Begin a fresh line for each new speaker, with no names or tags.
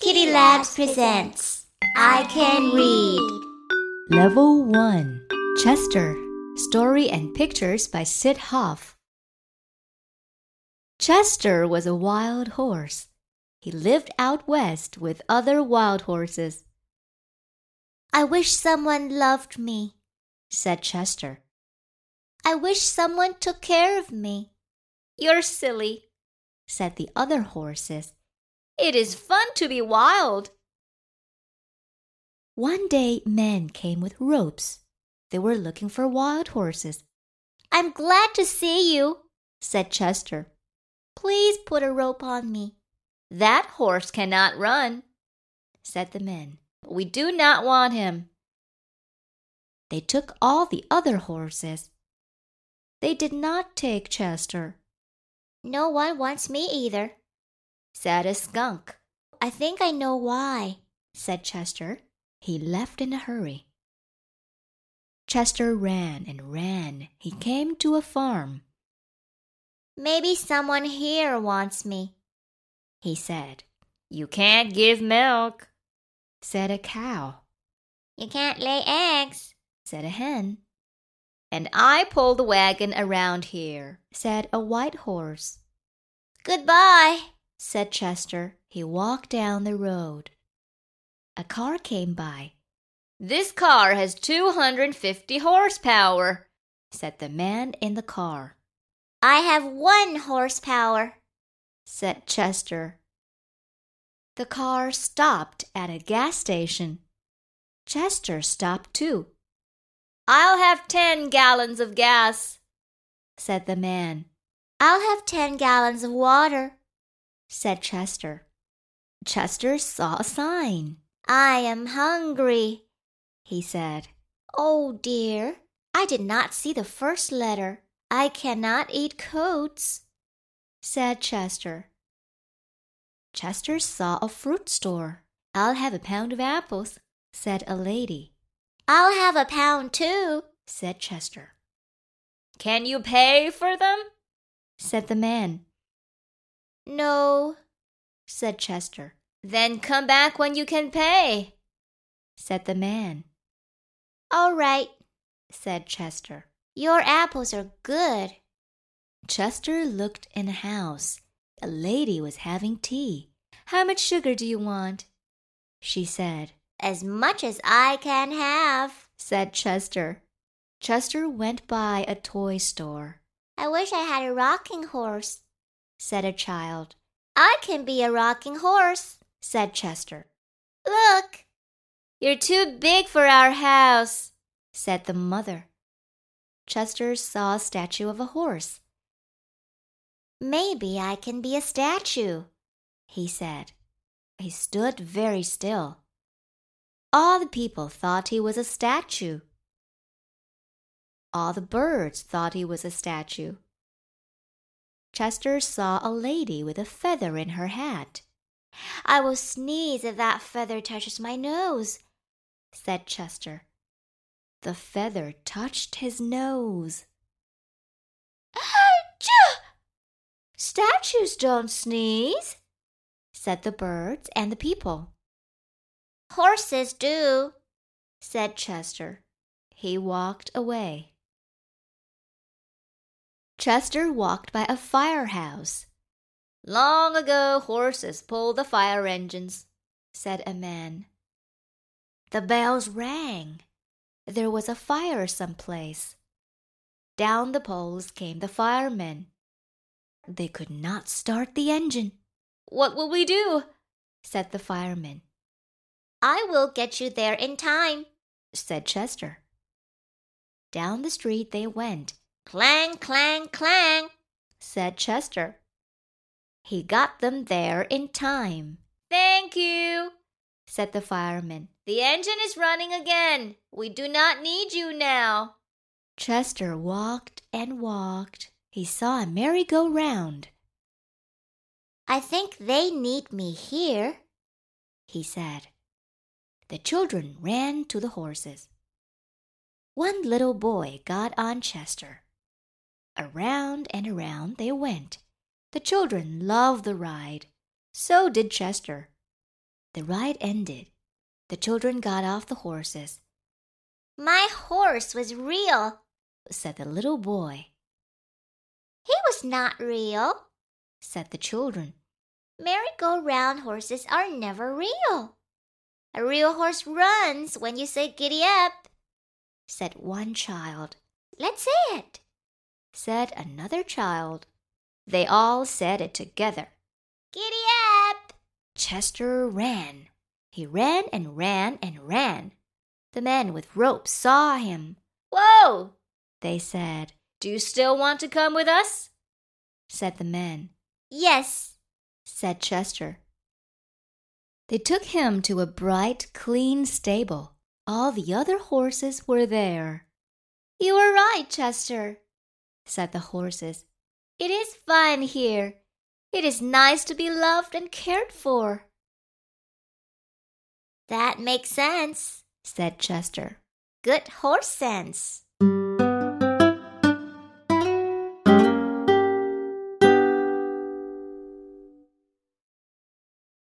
Kitty Labs presents I Can Read.
Level 1 Chester Story and Pictures by Sid Hoff. Chester was a wild horse. He lived out west with other wild horses,
I wish someone loved me.
said Chester.
I wish someone took care of me.
You're silly.
Said the other horses.
It is fun to be wild.
One day, men came with ropes. They were looking for wild horses,
I'm glad to see you.
said Chester.
Please put a rope on me.
That horse cannot run,
Said the men.
we do not want him.
They took all the other horses. They did not take Chester.
No one wants me either.
said a skunk.
I think I know why.
said Chester. He left in a hurry. Chester ran and ran. He came to a farm,
Maybe someone here wants me.
he said,
You can't give milk,
said a cow,
You can't lay eggs.
said a hen,
and I pull the wagon around here.
said a white horse,
Goodbye.
said Chester. He walked down the road. A car came by,
This car has 250 horsepower,
said the man in the car,
I have one horsepower.
said Chester. The car stopped at a gas station. Chester stopped too.
I'll have 10 gallons of gas,
said the man,
I'll have ten gallons of water.
said Chester. Chester saw a sign,
I am hungry.
he said.
Oh dear, I did not see the first letter. I cannot eat coats.
Said Chester. Chester saw a fruit store. I'll have a pound of apples, said a lady,
I'll have a pound too.
said Chester,
Can you pay for them?
said the man,
No,
said Chester,
Then come back when you can pay.
said the man,
all right.
said Chester.
Your apples are good.
Chester looked in a house. A lady was having tea. How much sugar do you want? She said.
As much as I can have.
said Chester. Chester went by a toy store,
I wish I had a rocking horse.
said a child,
I can be a rocking horse.
said Chester,
Look,
You're too big for our house,
said the mother. Chester saw a statue of a horse,
maybe I can be a statue.
he said. He stood very still. All the people thought he was a statue. All the birds thought he was a statue. Chester saw a lady with a feather in her hat,
I will sneeze if that feather touches my nose.
said Chester. The feather touched his nose,
Achoo! Statues don't sneeze.
said the birds and the people,
Horses do.
said Chester. He walked away. Chester walked by a firehouse,
Long ago, horses pulled the fire engines.
said a man. The bells rang. There was a fire someplace. Down the poles came the firemen. They could not start the engine,
What will we do?
said the firemen,
I will get you there in time.
said Chester. Down the street they went.
Clang, clang, clang.
said Chester. He got them there in time,
Thank you.
said the fireman.
The engine is running again. We do not need you now.
Chester walked and walked. He saw a merry-go-round,
I think they need me here.
he said. The children ran to the horses. One little boy got on Chester. Around and around they went. The children loved the ride. So did Chester. The ride ended. The children got off the horses,
My horse was real.
said the little boy,
He was not real.
said the children,
Merry-go-round horses are never real. A real horse runs when you say giddy up.
said one child,
Let's say it.
said another child. They all said it together.
Giddy up.
Chester ran. He ran and ran and ran. The men with ropes saw him.
Whoa!
They said,
Do you still want to come with us?
said the men,
Yes.
said Chester. They took him to a bright, clean stable. All the other horses were there.
You were right, Chester.
said the horses.
It is fine here. It is nice to be loved and cared for. That makes sense,
said Chester.
good horse sense.